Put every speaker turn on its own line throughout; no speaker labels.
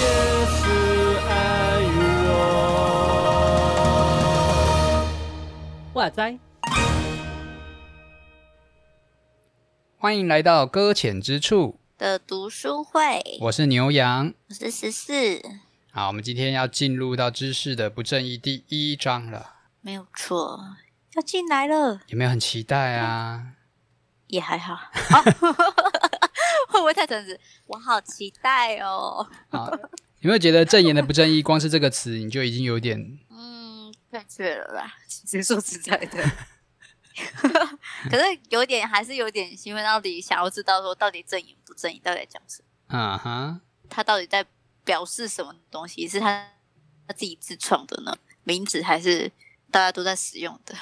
也是爱与我。
哇塞，
欢迎来到搁浅之处，
的读书会，
我是牛羊。
我是十四，
好，我们今天要进入到知识的不正义第一章了，
没有错，要进来了，
有没有很期待啊？
也还好。哦 会不会太诚实？我好期待哦。
啊，有没有觉得“正言的不正义”光是这个词你就已经有点
嗯，正确了啦。其实说实在的，可是有点还是有点兴奋到底，想要知道说到底正言不正言，到底在讲什么，
啊哈？
他到底在表示什么东西？是他他自己自创的呢？名字还是大家都在使用的？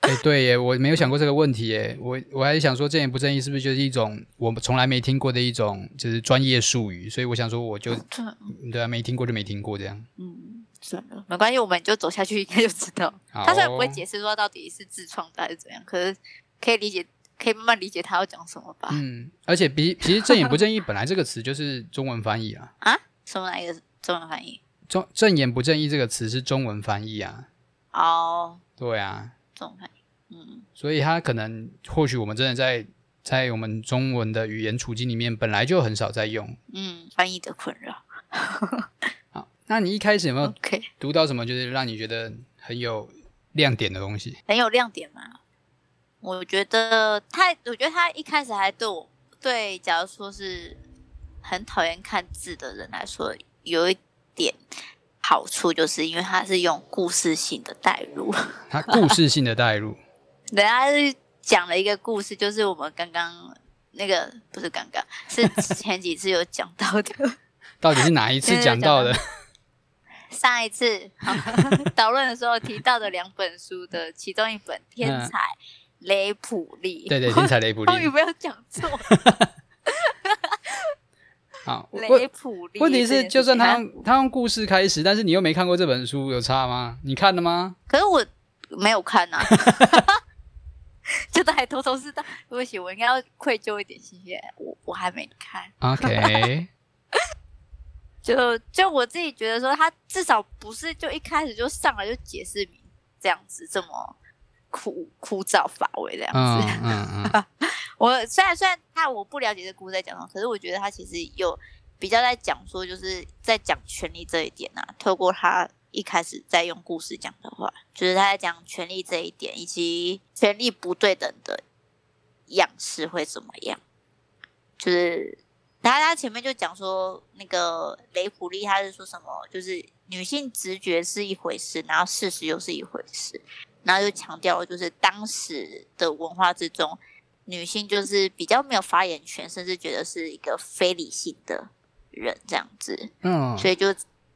哎、对耶，我没有想过这个问题耶，我我还想说“正言不正义”是不是就是一种我从来没听过的一种就是专业术语，所以我想说我就
对，
对啊，没听过就没听过这样。
嗯，算了，没关系，我们就走下去，应该就知道。
好哦
他虽然不会解释说到底是自创的还是怎样，可是可以理解，可以慢慢理解他要讲什么吧？
嗯，而且比其实“正言不正义”本来这个词就是中文翻译啊，
啊，什么来一个中文翻译？
中“正言不正义”这个词是中文翻译啊，
哦，
对啊，
中文翻译，嗯，
所以它可能或许我们真的在在我们中文的语言处境里面本来就很少在用。
嗯，翻译的困扰。
好，那你一开始有没有
OK，
读到什么就是让你觉得很有亮点的东西？
很有亮点嘛。我觉得他，我觉得他一开始还对我对，假如说是很讨厌看字的人来说，有一点好处，就是因为他是用故事性的带入。
它故事性的带 入，
人家是讲了一个故事，就是我们刚刚那个不是刚刚，是前几次有讲到的。
到底是哪一次讲到的？
上 一次讨论的时候提到的两本书的其中一本《天
嗯
才雷普利》，
对 对，天才雷普利
终于。不要讲错，
好，
雷
问
普利。
问题是，就算他
他，
用他用故事开始，但是你又没看过这本书，有差吗？你看了吗？
可是我没有看 呐、啊，真的还头头是道。对不起，我应该要愧疚一点，谢谢。我我还没看，
OK，
就就我自己觉得说，他至少不是就一开始就上来就解释明这样子这么枯枯燥乏味这样
嗯
子。
嗯嗯，
我虽然虽然他我不了解这故事在讲什么，可是我觉得他其实有比较在讲说，就是在讲权力这一点啊。透过他一开始在用故事讲的话，就是他在讲权力这一点，以及权力不对等的样式会怎么样。就是他他前面就讲说，那个雷普利他是说什么，就是女性直觉是一回事，然后事实又是一回事，然后就强调就是当时的文化之中，女性就是比较没有发言权，甚至觉得是一个非理性的人这样子，
嗯
所以就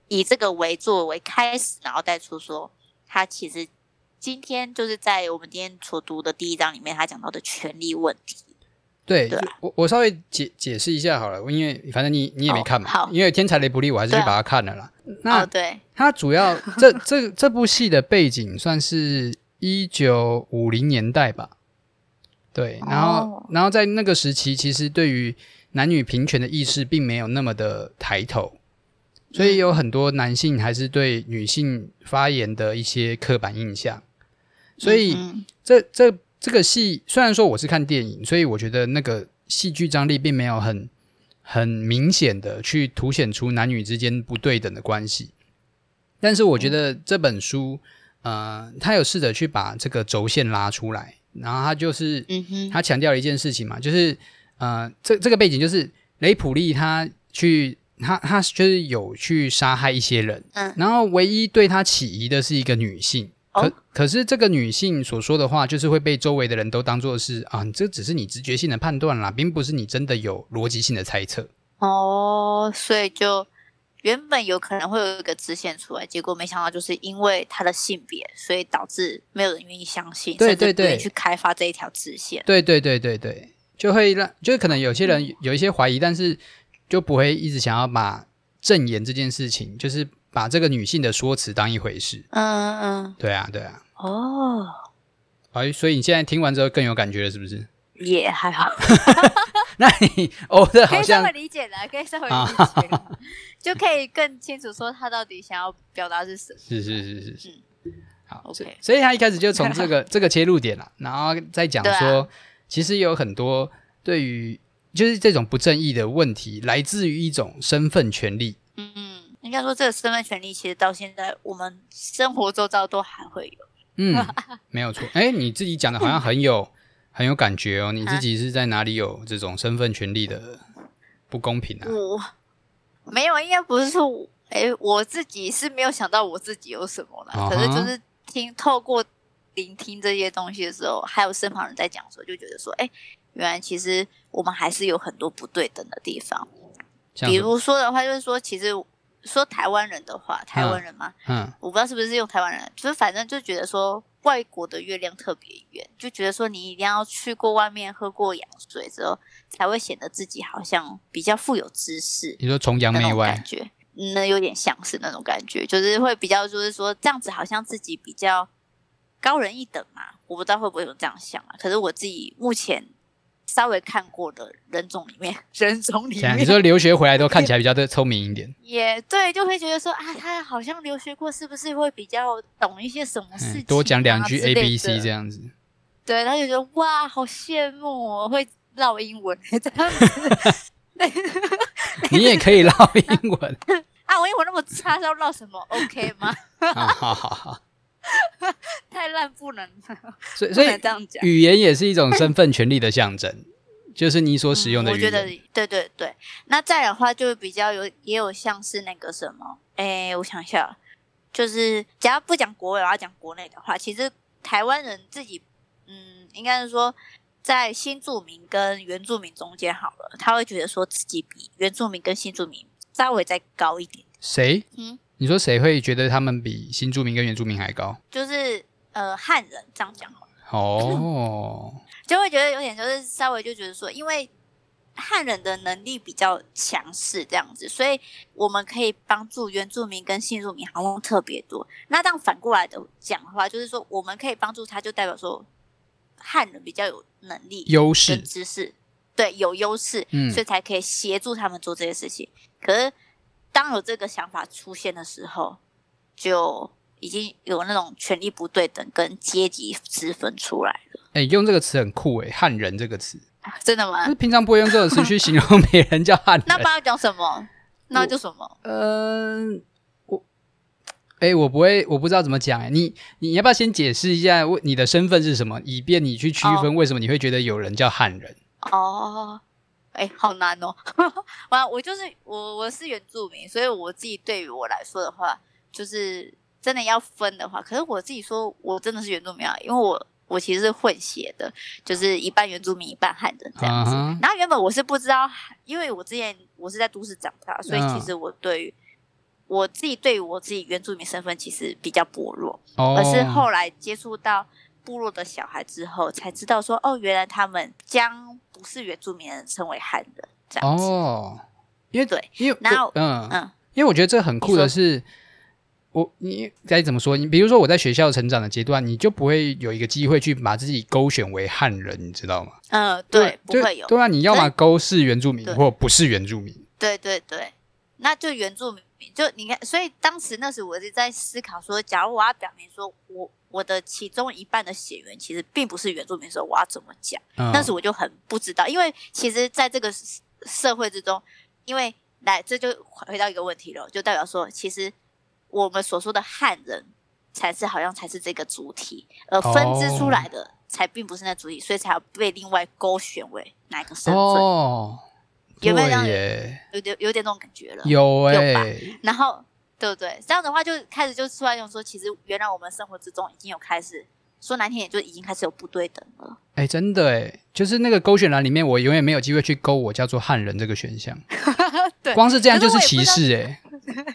以这个为作为开始，然后再出说他其实今天就是在我们今天所读的第一章里面，他讲到的权利问题。
对，
对
就
啊
我我稍微解解释一下好了，因为反正你你也没
哦
看嘛，
好
因为《天才雷普利》我还是去
对啊
把它看了啦。那
哦，对，
它主要这这这部戏的背景算是一九五零年代吧，对，然后、
哦
然后在那个时期，其实对于男女平权的意识并没有那么的抬头，所以
嗯
有很多男性还是对女性发言的一些刻板印象，所以。
嗯
这这这个戏虽然说我是看电影，所以我觉得那个戏剧张力并没有很很明显的去凸显出男女之间不对等的关系，但是我觉得这本书，呃，他有试着去把这个轴线拉出来，然后他就是
嗯哼，
他强调了一件事情嘛，就是呃，这这个背景就是雷普利他去他他就是有去杀害一些人，
嗯
然后唯一对他起疑的是一个女性。
哦
可可是这个女性所说的话，就是会被周围的人都当做是啊，这只是你直觉性的判断啦，并不是你真的有逻辑性的猜测。
哦，所以就原本有可能会有一个支线出来，结果没想到就是因为他的性别，所以导致没有人愿意相信，
对
甚至
对
不愿意
对
去开发这一条支线。
对对对对对，嗯就会让就是可能有些人有一些怀疑，但是就不会一直想要把证言这件事情，就是把这个女性的说辞当一回事。
嗯嗯，
对啊，对啊，
嗯哦，
哎，所以你现在听完之后更有感觉了，是不是？
也还好，
那你哦，这
可
好
以稍
像
微理解的，可以稍微理解 啦，就可以更清楚说他到底想要表达是什么。
是是是是是。好，所以
嗯 OK
所以他一开始就从这 个这个切入点啦，然后再讲
对啊
说，其实有很多对于就是这种不正义的问题，来自于一种身份权利。
嗯，应该说这个身份权利其实到现在我们生活周遭都还会有。
嗯，没有错。哎，你自己讲的好像很有很有感觉哦，你自己是在哪里有这种身份权利的不公平啊？
我没有，应该不是说我，哎、我自己是没有想到我自己有什么啦。
啊哈
可是就是听透过聆听这些东西的时候，还有身旁人在讲的时候，就觉得说，哎、原来其实我们还是有很多不对等的地方。
像
比
什么
如说的话，就是说，其实说台湾人的话，台湾人嘛，
嗯
我不知道是不是用台湾人，就是反正就觉得说外国的月亮特别圆，就觉得说你一定要去过外面喝过洋水之后，才会显得自己好像比较富有知识
你说崇洋
那
媚
种
外
感，觉，嗯那有点像是那种感觉，就是会比较就是说这样子好像自己比较高人一等嘛，我不知道会不会有这样想啊，可是我自己目前稍微看过的人种里面， 人种里
这样
面
你说留学回来都看起来比较的聪明一点，
也对，就会觉得说啊，他好像留学过，是不是会比较懂一些什 么事情、
嗯
啊
多讲两句
之
A
类
B C
的
这样子。
对，他就觉得哇，好羡慕我会唠英文 这样子
你也可以唠英 文
啊，我英文那么差，是要唠什么？OK 吗？
啊，好好好，
太烂不能，
所以
不
所以
能这样讲。
语言也是一种身份权利的象征，就是你所使用的
嗯我
语
觉
言。
得对对对。那再来的话，就比较有也有像是那个什么，哎，我想一下，就是只要不讲国外，我要讲国内的话，其实台湾人自己，嗯，应该是说在新住民跟原住民中间好了，他会觉得说自己比原住民跟新住民稍微再高一点，
谁？
嗯
你说谁会觉得他们比新住民跟原住民还 高？
就是呃汉人这样讲好了
哦，
就会觉得有点就是稍微就觉得说，因为汉人的能力比较强势这样子，所以我们可以帮助原住民跟新住民好像特别多。那这样反过来的讲的话，就是说我们可以帮助他，就代表说汉人比较有能力、
优
跟
势，
知识，对，有优势，
嗯
所以才可以协助他们做这些事情。可是当有这个想法出现的时候，就已经有那种权力不对等跟阶级之分出来了。
哎、用这个词很酷哎，汉人这个词，
真的吗
但是？平常不会用这个词去形容别人叫汉
啊那
人。
帮我讲什么？那就什么？
嗯，我，哎、我不会，我不知道怎么讲哎，你你要不要先解释一下为你的身份是什么，以便你去区分为什么你会觉得有人叫汉人？
哦，哎、好难哦。 完，我就是我，我是原住民，所以我自己对于我来说的话，就是真的要分的话，可是我自己说我真的是原住民啊，因为我我其实是混血的，就是一半原住民一半汉人这样子。
啊哈
然后原本我是不知道，因为我之前我是在都市长大，所以
嗯
其实我对于、我自己对于我自己原住民身份其实比较薄弱。
哦，
而是后来接触到部落的小孩之后，才知道说，哦，原来他们将不是原住民人称为汉人这样子。
哦，因为
对，
因为
然
我
后
嗯
嗯
因为我觉得这很酷的是，我你该怎么说？你比如说我在学校成长的阶段，你就不会有一个机会去把自己勾选为汉人，你知道吗？
嗯，对，不
就
会有，
对啊，你要
可
么
是
勾是原住民，
对
或不是原住民。
对对对，那就原住民就你看，所以当时那时我就在思考说，假如我要表明说我我的其中一半的血缘其实并不是原住民的时候，我要怎么讲？
嗯，
那时我就很不知道，因为其实在这个社社会之中，因为来这就回到一个问题了，就代表说，其实我们所说的汉人才是好像才是这个主体，而分支出
哦
来的才并不是那主体，所以才要被另外勾选为哪一个身份，
哦，
有没有
对
让
耶？
有点有点这种感觉了。
有哎、
有吧然后对不对？这样的话就开始就出来用说，其实原来我们生活之中已经有开始说难听点，就已经开始有不对等了。
哎、真的哎，就是那个勾选栏里面，我永远没有机会去勾我叫做汉人这个选项。
对
光是这样就
可是我也
歧
不知道
视哎。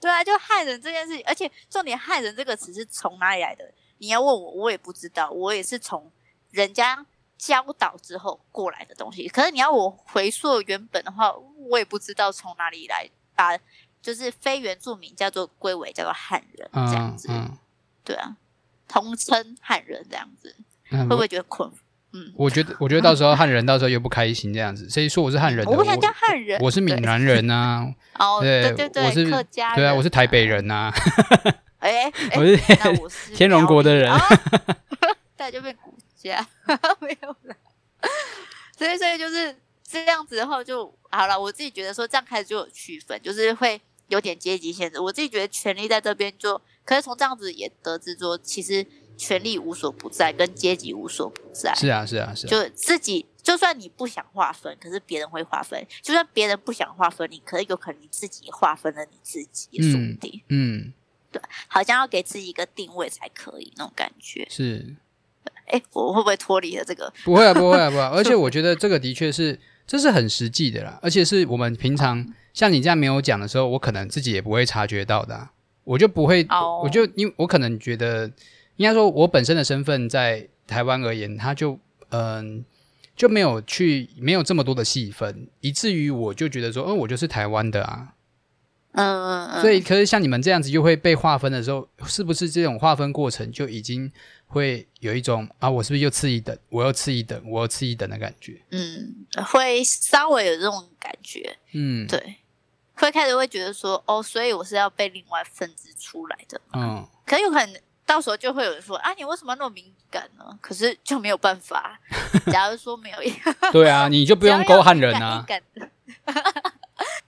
对啊，就汉人这件事情，而且重点“汉人”这个词是从哪里来的？你要问我，我也不知道，我也是从人家教导之后过来的东西。可是你要我回溯原本的话，我也不知道从哪里来，把就是非原住民叫做归为叫做汉人这样
嗯
子。
嗯，
对啊，统称汉人这样子，
嗯
会不会觉得困？嗯，
我觉得，我觉得到时候汉人到时候又不开心这样子，谁说我是汉人的？
我不想叫汉人，
我是闽南人呐、
哦，
对
对
我是
对，客家人，
对啊，我是台北人呐、
哎，哎，
我是
那我 是
天龙国的人
苗栗， 哦大家就变古家， 没有啦。所以，所以就是这样子的话就，好了。我自己觉得说这样开始就有区分，就是会有点阶级限制。我自己觉得权力在这边就，可是从这样子也得知说，其实权力无所不在，跟阶级无所不在。
是啊，是啊，是啊，
就自己，就算你不想划分，可是别人会划分；就算别人不想划分，你可是有可能你自己划分了你自己，也说不定。
嗯，
好像要给自己一个定位才可以那种感觉。
是，
哎，我会不会脱离了这个？
不会啊，不会啊，不会啊、而且我觉得这个的确是，这是很实际的啦，而且是我们平常像你这样没有讲的时候，我可能自己也不会察觉到的啊、我就不会，
哦
我就因为我可能觉得，应该说我本身的身份在台湾而言，它就嗯。就没有去没有这么多的细分，以至于我就觉得说，嗯，我就是台湾的啊，
嗯嗯嗯。
所以，可是像你们这样子就会被划分的时候，是不是这种划分过程就已经会有一种啊，我是不是又次一等，我又次一等，我又次一等的感觉？
嗯，会稍微有这种感觉，
嗯，，
对，会开始会觉得说，哦，所以我是要被另外分支出来的。
嗯，
可有可能到时候就会有人说，啊，你为什么那么敏感呢？可是就没有办法。假如说没有，
对啊，你 就不用勾汉人啊
只要要敏，感一点。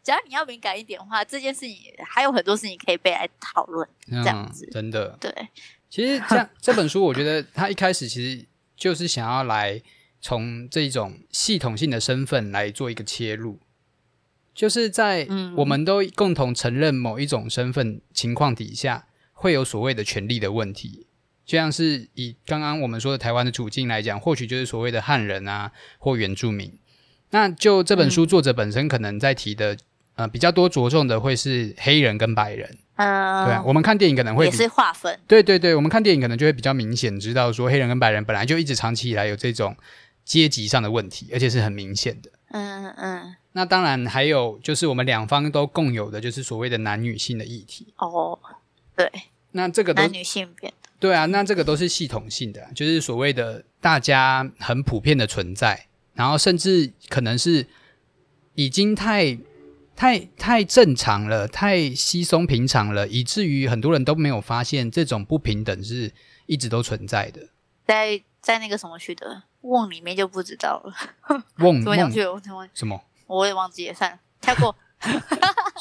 只要你要敏感一点的话，这件事情还有很多事情可以被来讨论。这样
嗯
子，
真的。
对，
其实这样这本书，我觉得他一开始其实就是想要来从这种系统性的身份来做一个切入，就是在
嗯
我们都共同承认某一种身份情况底下，会有所谓的权利的问题。就像是以刚刚我们说的台湾的处境来讲，或许就是所谓的汉人啊或原住民。那就这本书作者本身可能在提的，呃，比较多着重的会是黑人跟白人。
嗯，
对啊，我们看电影可能会
也
比
是划分。
对对对，我们看电影可能就会比较明显知道说，黑人跟白人本来就一直长期以来有这种阶级上的问题，而且是很明显的。
嗯嗯，
那当然还有就是我们两方都共有的就是所谓的男女性的议题。
哦，对，
那这个都
男女性别，
对啊，那这个都是系统性的啊，就是所谓的大家很普遍的存在，然后甚至可能是已经太太太正常了，太稀松平常了，以至于很多人都没有发现这种不平等是一直都存在的。
在在那个什么去的瓮里面就不知道了，
瓮
怎么讲
瓮
去的？我我
什么？
我也忘记了，算了，跳过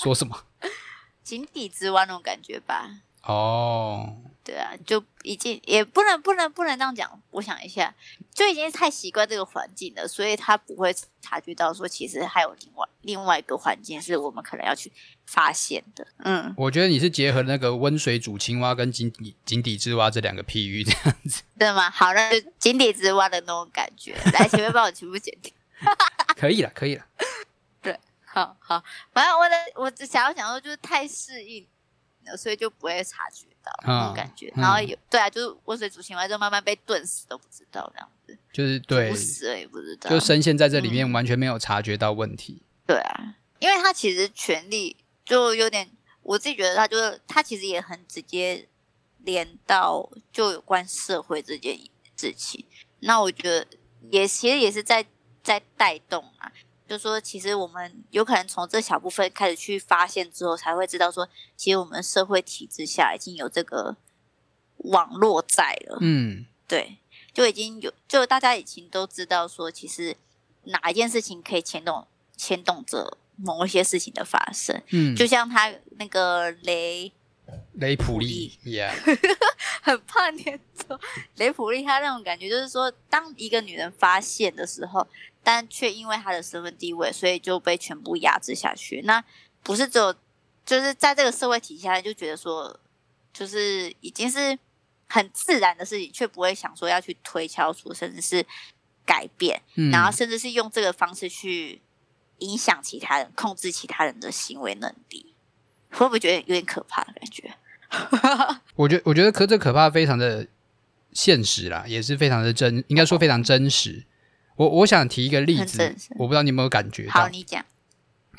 说什么？
井底之蛙那种感觉吧。
哦，
对啊，就已经也不能不能不能这样讲。我想一下，就已经太习惯这个环境了，所以他不会察觉到说，其实还有另外另外一个环境是我们可能要去发现的。嗯，
我觉得你是结合那个温水煮青蛙跟井底井底之蛙这两个譬喻，
对吗？好，那就井底之蛙的那种感觉。来，前面帮我全部剪掉。
可以了，可以了。
好好，反正我的我只想要想说，就是太适应了，所以就不会察觉到
嗯
那种感觉。
嗯
然后有对啊，就是温水煮青蛙，就慢慢被炖死都不知道这样子，
就是对
煮，死了也不啊知道。
就深陷在这里面，完全没有察觉到问题。
对啊，因为他其实权力就有点，我自己觉得他就是他其实也很直接连到就有关社会这件事情。那我觉得也其实也是在在带动啊，就说其实我们有可能从这小部分开始去发现之后，才会知道说，其实我们社会体制下已经有这个网络在了。
嗯，
对，就已经有，就大家已经都知道说，其实哪一件事情可以牵动牵动着某一些事情的发生，
嗯，
就像他那个雷
雷普利，yeah，
很怕念错雷普利，他那种感觉就是说，当一个女人发现的时候，但却因为她的身份地位，所以就被全部压制下去。那不是只有就是在这个社会体系下，就觉得说，就是已经是很自然的事情，却不会想说要去推敲出，甚至是改变，
嗯，
然后甚至是用这个方式去影响其他人、控制其他人的行为能力，会不会觉得有点可怕的感觉？
我觉我觉得可这可怕非常的现实啦，也是非常的真，应该说非常真实。我我想提一个例
很
子
真实，
我不知道你有没有感觉
好，
到，
你讲。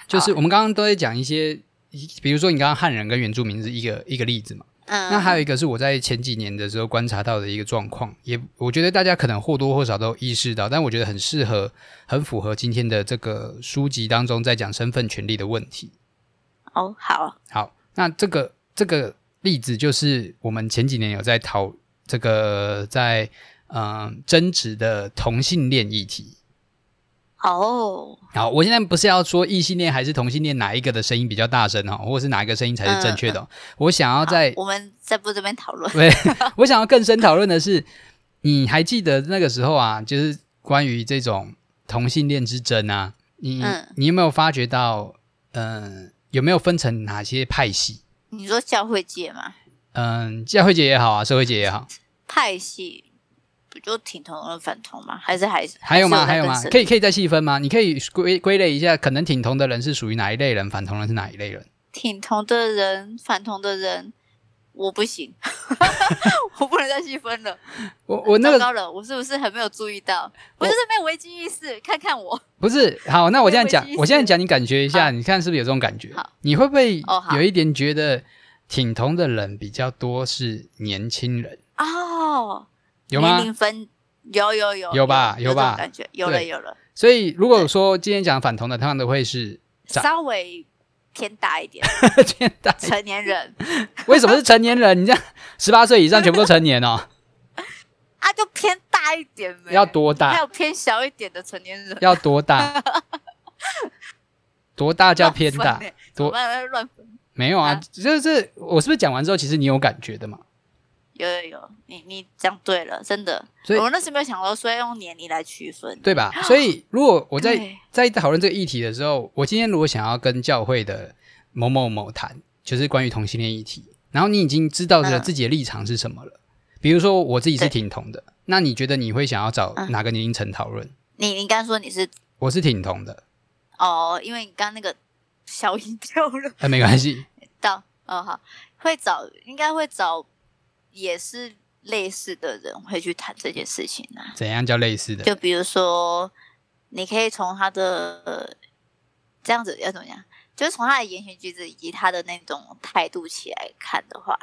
就是我们刚刚都在讲一些，比如说你刚刚汉人跟原住民是一个一个例子嘛，
嗯，
那还有一个是我在前几年的时候观察到的一个状况，也我觉得大家可能或多或少都意识到，但我觉得很适合、很符合今天的这个书籍当中在讲身份权利的问题。
哦，好，
好，那这个这个例子就是我们前几年有在讨这个在嗯、呃争执的同性恋议题。
哦，
好，我现在不是要说异性恋还是同性恋哪一个的声音比较大声哦，或者是哪一个声音才是正确的哦、我想要在
我们在不这边讨论，
对，我想要更深讨论的是，你还记得那个时候啊，就是关于这种同性恋之争啊，你、
嗯
你有没有发觉到，嗯、有没有分成哪些派系？
你说教会界吗？
嗯、教会界也好啊，社会界也好，
派系不就挺同的反同吗？还是还是
还有吗？还有
有
吗？
以
可以可以再细分吗？你可以归归类一下，可能挺同的人是属于哪一类人，反同人是哪一类人？
挺同的人，反同的人，我 不行，我不能再细分了。
我我那
糟
个
糕了，我是不是很没有注意到？
我
我就是没有危机意识，看看我。
不是好，那我现在讲
我已，经
我现在讲，你感觉一下，
好
你看是不是有这种感觉
好？
你会不会
哦好
有一点觉得挺同的人比较多是年轻人？
哦，
有吗
年？龄分有有有
有吧
有
有吧
这种感觉有了
对
有了，
所以如果说今天讲反同的，他们都会 是长
稍微偏大一点，
天大。
成 年人
为什么是成年人？你这样十八岁以上全部都成年 哦，
啊，就偏大一点呗。
要多
还
大？
有偏小一点的成年人，
要多 大？多大叫偏
乱
大
分？欸
多
怎么办乱分。
没有啊，
啊
就是我是不是讲完之后，其实你有感觉的嘛？
有有有，你你讲对了，真的。
所以
我那时没有想到说要用年龄来区分。
对 吧？所以如果我在
对
在讨论这个议题的时候，我今天如果想要跟教会的某某某谈，就是关于同性恋议题，然后你已经知道了
嗯
自己的立场是什么了，比如说我自己是
对
挺同的，那你觉得你会想要找
嗯
哪个年龄层讨论？
你你刚说你是
我是挺同的，
哦，因为你刚那个消音掉了。
呃，没关系，
到哦好，会找应该会找也是类似的人会去谈这件事情啊。
怎样叫类似的？
就比如说，你可以从他的呃这样子要怎么讲，就是从他的言行举止以及他的那种态度起来看的话，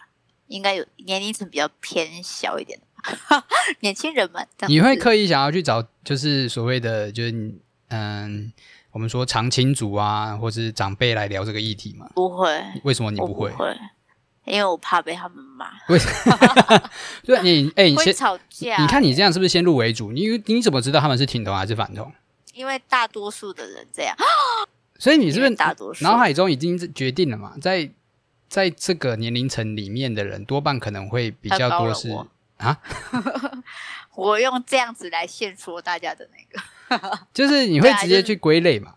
应该有年龄层比较偏小一点的吧 年轻人们。这样
你会
子
刻意想要去找，就是所谓的，就是你嗯，我们说长青族啊，或是长辈来聊这个议题吗？
不会？
为什么你
我
不会？
会，因为我怕被他们骂，
为什么？对你，哎、你
会
先，
吵架。
你看你这样是不是先入为主？你你怎么知道他们是挺同还是反同？
因为大多数的人这样，
所以你是不
因为大多
是
数
脑海中已经决定了嘛？在在这个年龄层里面的人，多半可能会比较多是
他 高了
啊，
我用这样子来现说大家的那个，
就是你会
对啊
直接
就是
去归类嘛？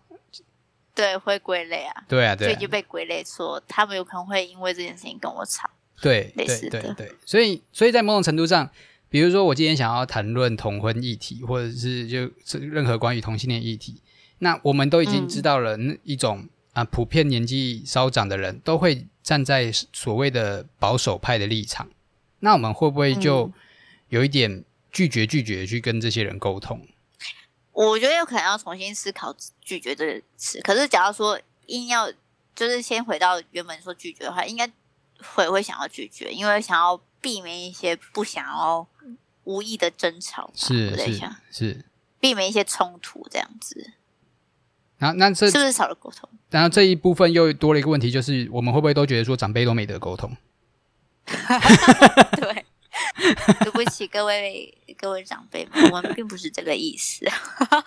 对，会归类啊，
对啊，对
就
啊
已经被归类说他们有可能会因为这件事情跟我吵。
对
类
对
似
对
的
对，所以所以在某种程度上，比如说我今天想要谈论同婚议题，或者是就是任何关于同性恋议题，那我们都已经
嗯
知道了那一种啊、普遍年纪稍长的人都会站在所谓的保守派的立场，那我们会不会就
嗯
有一点拒绝拒绝去跟这些人沟通？
我觉得有可能要重新思考“拒绝”这个词。可是，假如说硬要，就是先回到原本说拒绝的话，应该会会想要拒绝，因为想要避免一些不想要无意的争吵吧。
是
我在
是
想，
是，
避免一些冲突，这样子
然后那这
是不是少了沟通？
然后这一部分又多了一个问题，就是我们会不会都觉得说长辈都没得沟通？
对，对不起各位各位长辈们，我们并不是这个意思。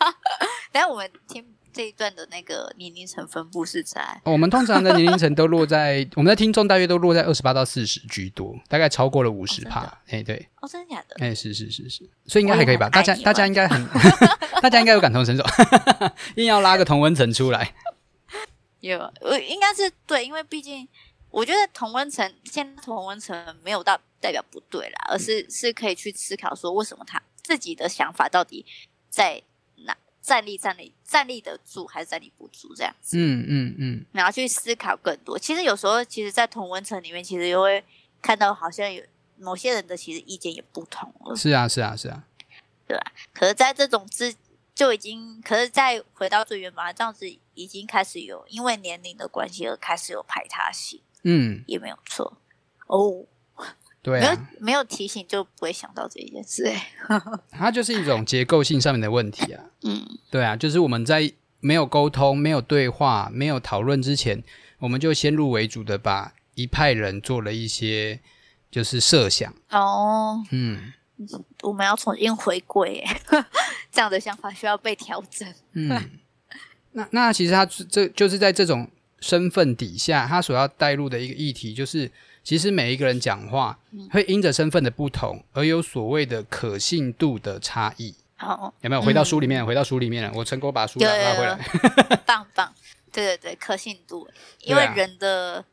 但我们听这一段的那个年龄层分布是在
哦我们通常的年龄层都落在我们的听众大约都落在二十八到四十居多，大概超过了五十
真的
趴。哎、对，
哦，真的假的？
哎、是是是是，所以应该还可以吧？
我也
大
很
家
爱你们
大家应该很， 大家应该有感同身受， 硬要拉个同温层出来。
有，我应该是对，因为毕竟我觉得同温层现在同温层没有到代表不对啦，而是是可以去思考说为什么他自己的想法到底在哪站立站立站立得住还是站立不住这样子。
嗯嗯嗯，
然后去思考更多。其实有时候，其实，在同温层里面，其实也会看到好像有某些人的其实意见也不同了。
是啊是啊是啊，
可是，在这种之就已经，可是再回到最原本，这样子已经开始有因为年龄的关系而开始有排他性，
嗯，
也没有错。哦，
对
没
啊
有，没有提醒就不会想到这一件事、哎，
它就是一种结构性上面的问题啊。
嗯，
对啊，就是我们在没有沟通、没有对话、没有讨论之前，我们就先入为主的把一派人做了一些就是设想。
哦，
嗯
我们要重新回归、 哎，这样的想法需要被调整。
嗯， 那那其实他这就是在这种身份底下，他所要带入的一个议题，就是其实每一个人讲话
嗯
会因着身份的不同而有所谓的可信度的差异。
好，
有没有回到书里面？回到书里面了，我成功把书
有
拉
有
拉回
有
来。，
棒棒，对
啊
对对，可信度，因
对
为
啊
人的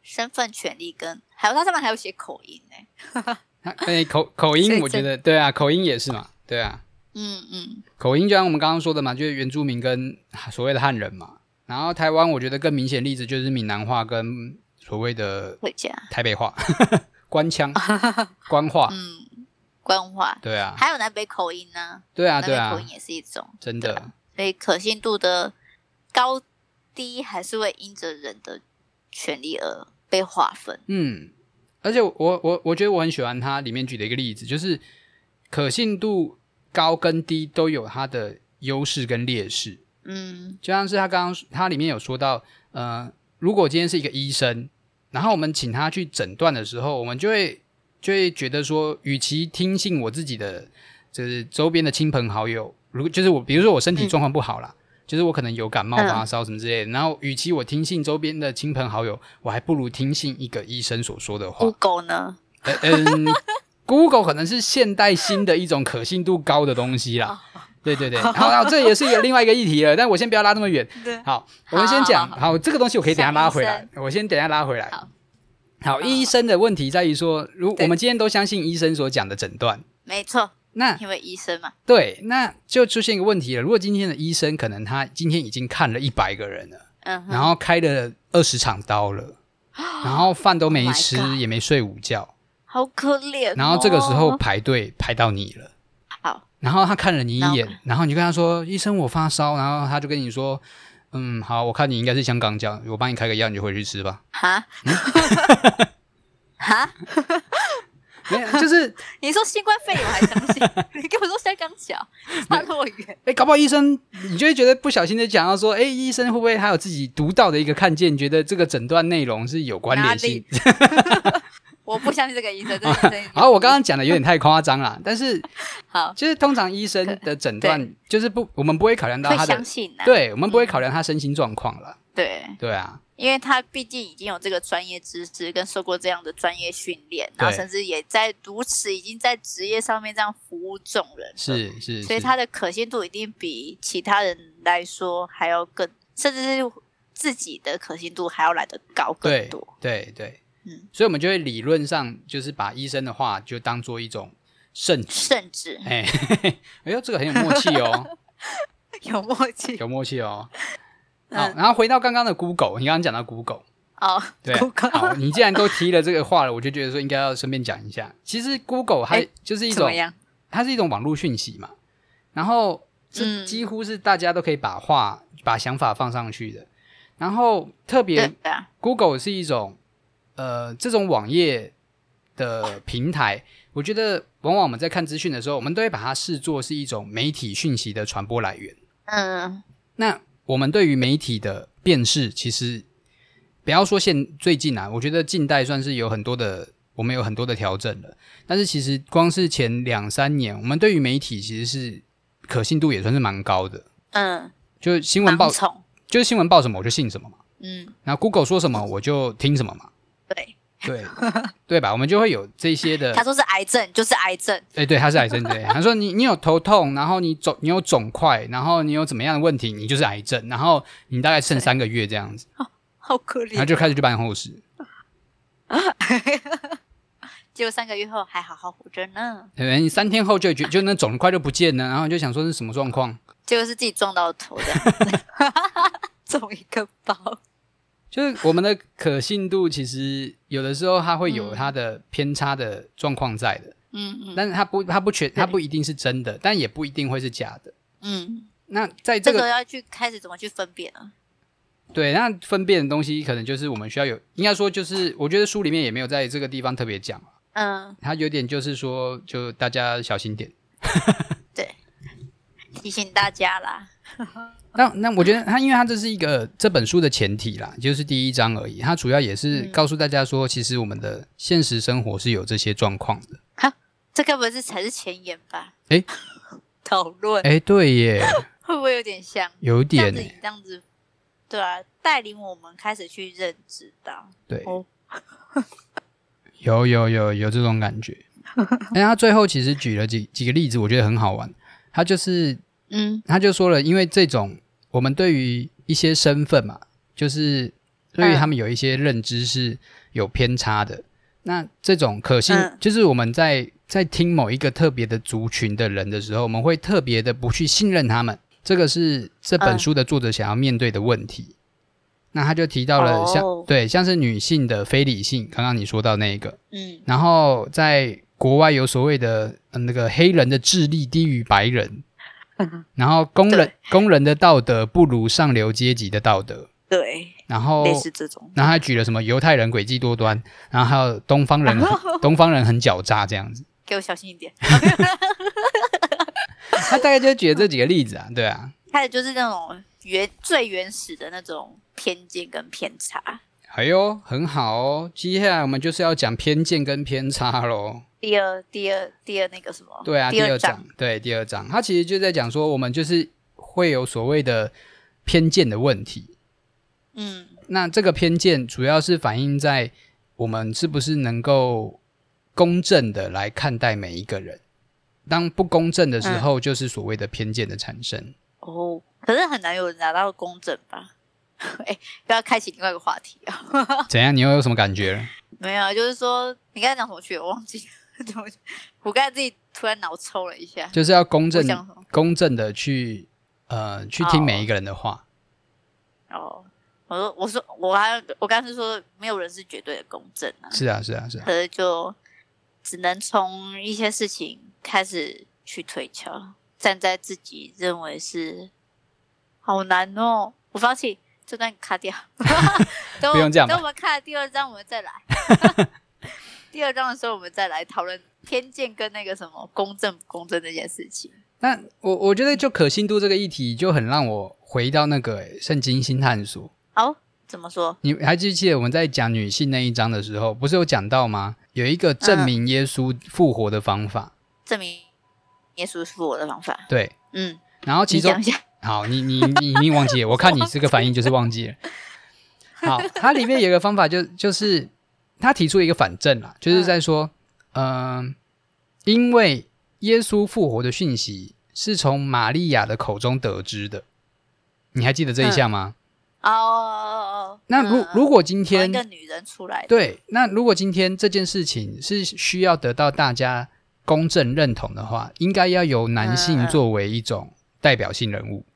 身份、权利跟还有它上面还有写口音呢、哎
他哎、口口
所
音，
以
我觉
这
得对啊，口音也是嘛，对啊。
嗯嗯，
口音就像我们刚刚说的嘛，就是原住民跟所谓的汉人嘛。然后台湾，我觉得更明显例子就是闽南话跟所谓的
回家，
台北话、 官腔、官话。
嗯，官话，
对啊，
还有南北口音呢、
对啊，
南
对
北口
啊
音，也是一种，
真
对
的
啊，所以可信度的高低还是会因着人的权利而被划分。
嗯。而且我我我觉得我很喜欢他里面举的一个例子，就是可信度高跟低都有它的优势跟劣势。
嗯
就像是他刚刚他里面有说到，呃，如果今天是一个医生，然后我们请他去诊断的时候，我们就会就会觉得说，与其听信我自己的就是周边的亲朋好友，如果就是我，比如说我身体状况不好啦。就是我可能有感冒、
嗯
发烧什么之类的，然后与其我听信周边的亲朋好友，我还不如听信一个医生所说的话。
，Google 呢？
呃嗯，Google 可能是现代新的一种可信度高的东西啦。对对对，好，好，这也是一个另外一个议题了，但我先不要拉那么远。
对
好，我们先讲，
好好
好，这个东西我可以等一下
想
拉
医
回来，我先等一下拉回来。
好，
好，医生的问题在于说，如
对
我们今天都相信医生所讲的诊断，
没错，
那
因为医生嘛，
对，那就出现一个问题了。如果今天的医生可能他今天已经看了一百个人了，
嗯哼，
然后开了二十场刀了，然后饭都没
Oh my
吃，
God
也没睡午觉，
好可怜、哦。
然后这个时候，排队排到你了。
好，
然后他看了你一
然后
眼，然后你就跟他说：“医生，我发烧。”然后他就跟你说：“嗯，好，我看你应该是香港脚，我帮你开个药，你就回去吃吧。
哈，
嗯
哈，”
没有，就是
你说新冠肺炎我还相 信，你跟我说香港脚差那么远，
哎，搞不好医生你就会觉得不小心的讲到说：“哎，医生会不会他有自己独到的一个看见，觉得这个诊断内容是有关联性
我不相信这个医生，这个医生有？”
好，我刚刚讲的有点太夸张了，但是
好
就是通常医生的诊断就是不，我们不会考量到
会
他的
相，信呐、
对我们不会考量他身心状况了，
对。
对啊，
因为他毕竟已经有这个专业知识，跟受过这样的专业训练，然后
对
甚至也在如此已经在职业上面这样服务众人了，
是是，
所以
是
他的可信度一定比其他人来说还要更，甚至是自己的可信度还要来得高更
对
多。
对对，
嗯
所以我们就会理论上就是把医生的话就当做一种圣 旨。
甚至
哎，嘿嘿哎呦，这个很有默契哦，
有默 契
有默契哦。
嗯
好，然后回到刚刚的 Google，你刚刚讲到 Google，
哦，
对啊，好，你既然都提了这个话了，我就觉得说应该要顺便讲一下。其实 Google 它
哎
就是一
怎
种
么，样？
它是一种网络讯息嘛，然后这
嗯
几乎是大家都可以把话、把想法放上去的。然后特别
对啊，
Google 是一种呃这种网页的平台，我觉得往往我们在看资讯的时候，我们都会把它视作是一种媒体讯息的传播来源。
嗯，
那我们对于媒体的辨识，其实不要说现最近啊，我觉得近代算是有很多的，我们有很多的调整了。但是其实光是前两三年，我们对于媒体其实是可信度也算是蛮高的，
嗯，
就是新闻报
盲，从，
就是新闻报什么我就信什么嘛，
嗯，
然后 Google 说什么我就听什么嘛。
对，
对 对吧？我们就会有这些的
他，说是癌症就是癌症，
哎，对，他是癌症，对，他说你你有头痛，然后你肿你有肿块，然后你有怎么样的问题，你就是癌症，然后你大概剩三个月这样子，
好可
然后
怜。
就开始去办后事，
结果三个月后还好好活着呢，
可哎能你三天后就觉就那肿块就不见了，然后你就想说是什么状况，
结果是自己撞到 头的，中一个包。
就是我们的可信度其实有的时候它会有它的偏差的状况在的，
嗯嗯
但是它不它不全它不一定是真的，但也不一定会是假的。
嗯，
那在这
这
个
个要去开始怎么去分辨啊？
对，那分辨的东西可能就是我们需要有，应该说就是，我觉得书里面也没有在这个地方特别讲啊
嗯，
它有点就是说，就大家小心点。
提醒大家啦。
那那我觉得它，因为它这是一个这本书的前提啦，就是第一章而已。它主要也是
嗯
告诉大家说，其实我们的现实生活是有这些状况的。
这该不会是才是前言吧？
诶
讨论
哎、对耶，
会不会有点像？
有一
这样
点欸
子
耶
你这样子，对啊，带领我们开始去认知到，
对
哦，
有有有有这种感 觉。那他最后其实举了几几个例子，我觉得很好玩。他就是
嗯
他就说了，因为这种我们对于一些身份嘛，就是对于他们有一些认知是有偏差的。那这种可信，
嗯
就是我们在在听某一个特别的族群的人的时候，我们会特别的不去信任他们。这个是这本
嗯
书的作者想要面对的问题。那他就提到了像、
哦
对像是女性的非理性，刚刚你说到那一个，
嗯，
然后在国外有所谓的、呃、那个黑人的智力低于白 人，然后工人工人的道德不如上流阶级的道德，
对，
然后
类似这种，
然后还举了什么犹太人诡计多端，然后还有东方人 东方人很狡诈这样子，
给我小心一点。
他大概就举了这几个例子啊，对啊，
开始就是那种原最原始的那种偏见跟偏差。
哎呦，很好哦，接下来我们就是要讲偏见跟偏差喽。
第二第二第二那个什么？
对啊，第
二
二章，对第二章，它其实就在讲说，我们就是会有所谓的偏见的问题。
嗯
那这个偏见主要是反映在我们是不是能够公正的来看待每一个人。当不公正的时候，就是所谓的偏见的产生。
哦，可是很难有人拿到公正吧？ 哎，不要开启另外一个话题啊！
怎样？你又有什么感觉？
没有啊，就是说你刚才讲什么去了？我忘记了， 怎么我刚才自己突然脑抽了一下。
就是要公
我
正
讲什么？
公正的去呃去听每一个人的话。
哦，我说我说我还我刚才是说没有人是绝对的公正啊，
是啊，是啊，是啊。
可是就只能从一些事情开始去推敲，站在自己认为是好难哦。我放弃这段卡掉， 等我
不用这样吧
等我们看了第二章，我们 再来。第二章的时候，我们再来讨论偏见跟那个什么公正不公正这件事情。
那我我觉得就可信度这个议题，就很让我回到那个欸圣经新探索。
哦，怎么说？
你还记不记得我们在讲女性那一章的时候，不是有讲到吗？有一个证明耶稣复活的方法，
证明耶稣是我的方法。
对。
嗯，
然后其
你
中
讲一下。
好，你你你你忘 记了，我看你这个反应就是忘记了。好，它里面有一个方法就，就是他提出一个反证啦，就是在说，嗯、因为耶稣复活的讯息是从玛利亚的口中得知的，你还记得这一项吗？
哦哦哦哦。
那如
嗯
如果今
从
天
一个女人出来的，
对，那如果今天这件事情是需要得到大家公正认同的话，应该要由男性
嗯嗯
作为一种代表性人物，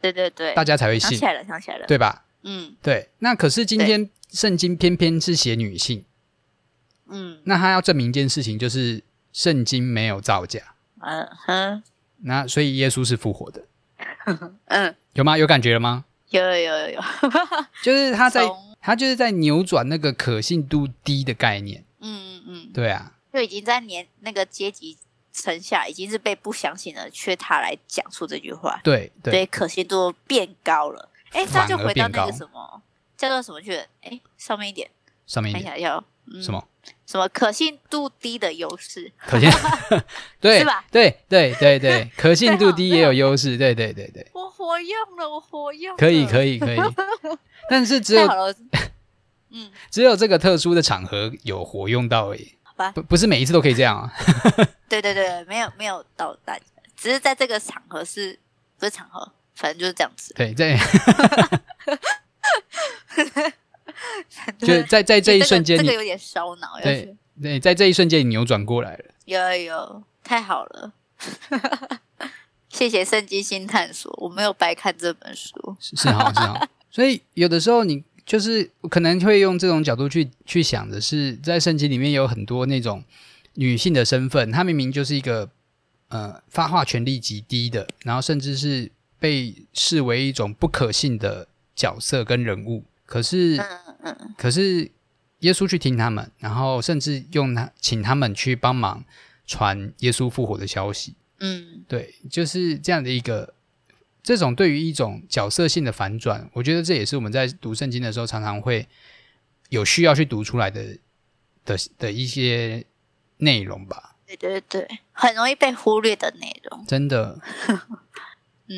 对对对，
大家才会
想
信
起，来了，想起来了。
对吧？
嗯
对，那可是今
对
天圣经偏偏是写女性，
嗯
那他要证明一件事情，就是圣经没有造假，
嗯哼
那所以耶稣是复活的，
嗯，
有吗？有感觉了吗？
有有有有 有，
就是他在
从
他就是在扭转那个可信度低的概念，
嗯嗯嗯，
对啊，
就已经在年那个阶级层下，已经是被不相信的缺他来讲出这句话，
对
所
对
以可信度变高了。哎，
反
那
而
就回到
变
那
高
个什么叫做什么去了？哎，上面一点，
上面一
看一
点
下要、嗯、
什么
什么可信度低的优势，
可信， 对
是吧
对对对 对，可信度
对哦
低
对
也
哦
有优势，对对对对，
我活用了，我活用了，
可以
以，
可以可 以，但是只
嗯太好
有
了，嗯，
只有这个特殊的场合有活用到而已，
好吧，
不不是每一次都可以这样啊。
对对对，没有没有到大家，只是在这个场合是不是场合，反正就是这样子。
对，在就在在这一瞬间
这
你，
个、这个有点烧脑，要
对
去
对，在这一瞬间你扭转过来了。
有有太好了， 谢谢圣经新探索，我没有白看这本书。
是是哈是哈。所以有的时候你就是可能会用这种角度去去想的是，在圣经里面有很多那种女性的身份，她明明就是一个呃发话权力极低的，然后甚至是被视为一种不可信的角色跟人物，可是
嗯嗯，
可是。耶稣去听他们，然后甚至用他请他们去帮忙传耶稣复活的消息。
嗯，
对，就是这样的一个这种对于一种角色性的反转，我觉得这也是我们在读圣经的时候常常会有需要去读出来的的的一些内容吧。
对对对，很容易被忽略的内容。
真 的，
嗯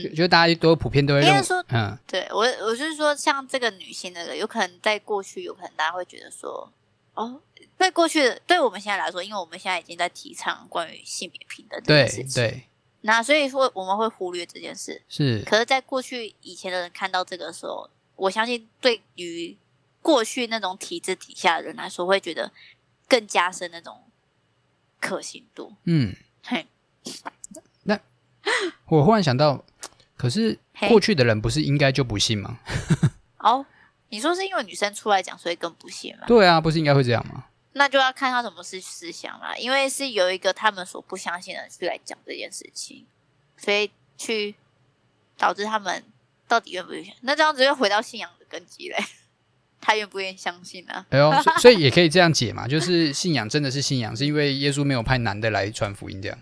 就就大家都普遍都会
应该
认为
说，
嗯，
对我，我是说，像这个女性那个，有可能在过去，有可能大家会觉得说，哦，对过去的，对我们现在来说，因为我们现在已经在提倡关于性别平等这
对
件事情，
对
那所以说我们会忽略这件事。
是，
可是，在过去以前的人看到这个的时候，我相信对于过去那种体制底下的人来说，会觉得更加深那种可信度。
嗯，
嘿，
我忽然想到，可是
嘿
过去的人不是应该就不信吗？
哦，你说是因为女生出来讲，所以更不信吗？
对啊，不是应该会这样吗？
那就要看他什么是思想啦，因为是有一个他们所不相信的人去来讲这件事情，所以去导致他们到底愿不愿意。那这样子又回到信仰的根基嘞，他愿不愿意相信呢、
哎呦，所以所以也可以这样解嘛，就是信仰真的是信仰，是因为耶稣没有派男的来传福音这样。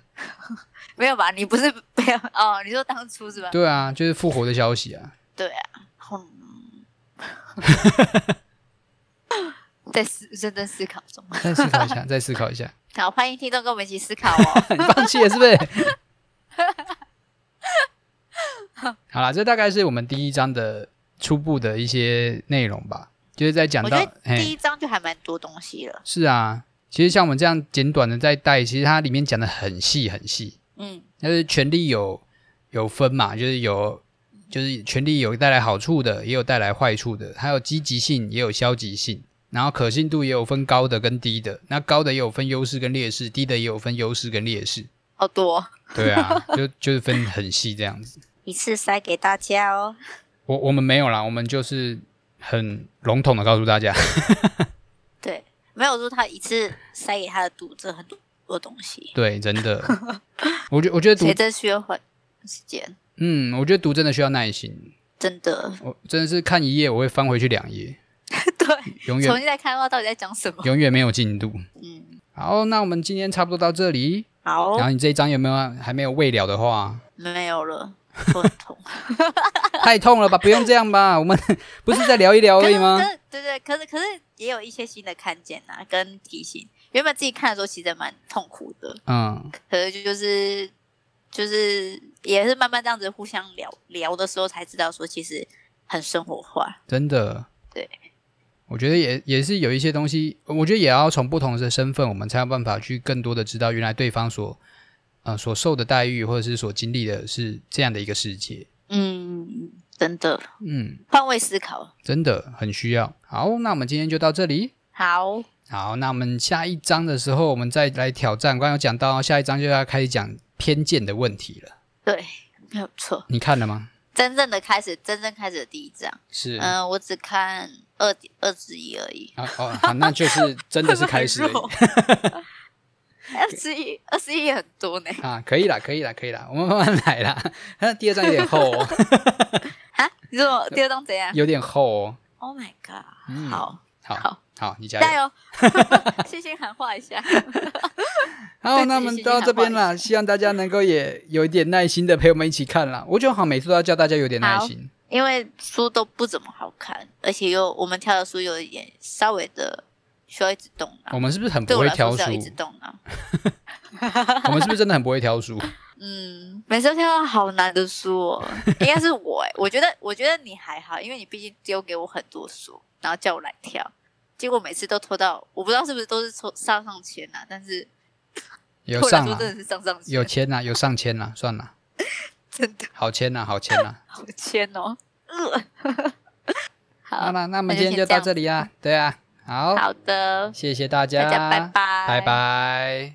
没有吧？你不是不要哦？你说当初是吧？
对啊，就是复活的消息啊。
对啊，嗯， 在思认真思考中，
再思考一下，再思考一下，
好，欢迎听众跟我们一起思考哦。
你放弃了是不 是？好啦，这大概是我们第一章的初步的一些内容吧，就是在讲
我
到
觉得
嘿
第一章就还蛮多东西了，
是啊，其实像我们这样简短的在带，其实它里面讲的很细很细，
嗯
但是权力有有分嘛，就是有就是权力有带来好处的，也有带来坏处的，还有积极性也有消极性，然后可信度也有分高的跟低的，那高的也有分优势跟劣势，低的也有分优势跟劣势。
好多哦
对啊，就就是分很细这样子。
一次塞给大家哦。
我我们没有啦，我们就是很笼统的告诉大家。
对，没有说他一次塞给他的读者很多多东西，
对，真的，我觉我觉得
所以
读
这需要花时间，
嗯，我觉得读真的需要耐心。
真的。
我真的是看一页，我会翻回去两页，
对，
永
重
远
新再看的话，到底在讲什么？
永远没有进度。
嗯，
好，那我们今天差不多到这里。
好
然，后你这一章有没有还没有未了的话？
没有了，头很痛。
太痛了吧，不用这样吧，我 们不是再聊一聊
可
而已
是，
哦吗
可？是，对对，可是可是也有一些新的看见啊，跟提醒。原本自己看的时候其实蛮痛苦的，
嗯，
可是就是就是也是慢慢这样子互相聊聊的时候，才知道说其实很生活化。
真的。
对，
我觉得也也是有一些东西，我觉得也要从不同的身份，我们才有办法去更多的知道原来对方所呃所受的待遇，或者是所经历的是这样的一个世界。
嗯，真的
嗯，
换位思考。
真的很需要。好，那我们今天就到这里。
好，
好，那我们下一章的时候，我们再来挑战。刚刚有讲到，下一章就要开始讲偏见的问题了。
对，没有错。
你看了吗？
真正的开始，真正开始的第一章，
是
嗯、我只看二二之一而已，
啊哦，好，那就是真的是 开始而
会
已
不会很弱二十一，二十一也很多呢，
啊，可以啦，可以啦，可以啦，我们慢慢来啦。 那第二章有点厚 哦，
啊，你 说第二章怎样
有点厚哦。
？Oh my god！、
嗯
好，
好
好，
好，你加
加
油。
油， 信心喊话一下，
好，
对
那我们
自己信心
到这
喊话
边啦，希望大家能够也有一点耐心的陪我们一起看啦。我觉得好，像每次都要叫大家有点耐
好
心。
因为书都不怎么好看，而且又我们挑的书有一点稍微的需要一直动
我
脑，
们是不是很
对
不
我
会
来
挑
说
书
是？要一直动脑，
我们是不是真的很不会挑书？
嗯，每次都挑到好难的书、哦，应该是我哎、我觉得我觉得你还好，因为你毕竟丢给我很多书，然后叫我来挑，结果每次都拖到，我不知道是不是都是抽上上签啦、但是
有
对我来
上
说
啦，
真的是上上签，
有签啦，有上签啦，算啦，
真的
好签啦，啊好签啦。
好签 哦。呃
好
好
啦，那我
那
们
就
今天
先
就
这
到
样
这里啊。对啊，好，
好的，
谢谢大家，
大家拜拜，
拜拜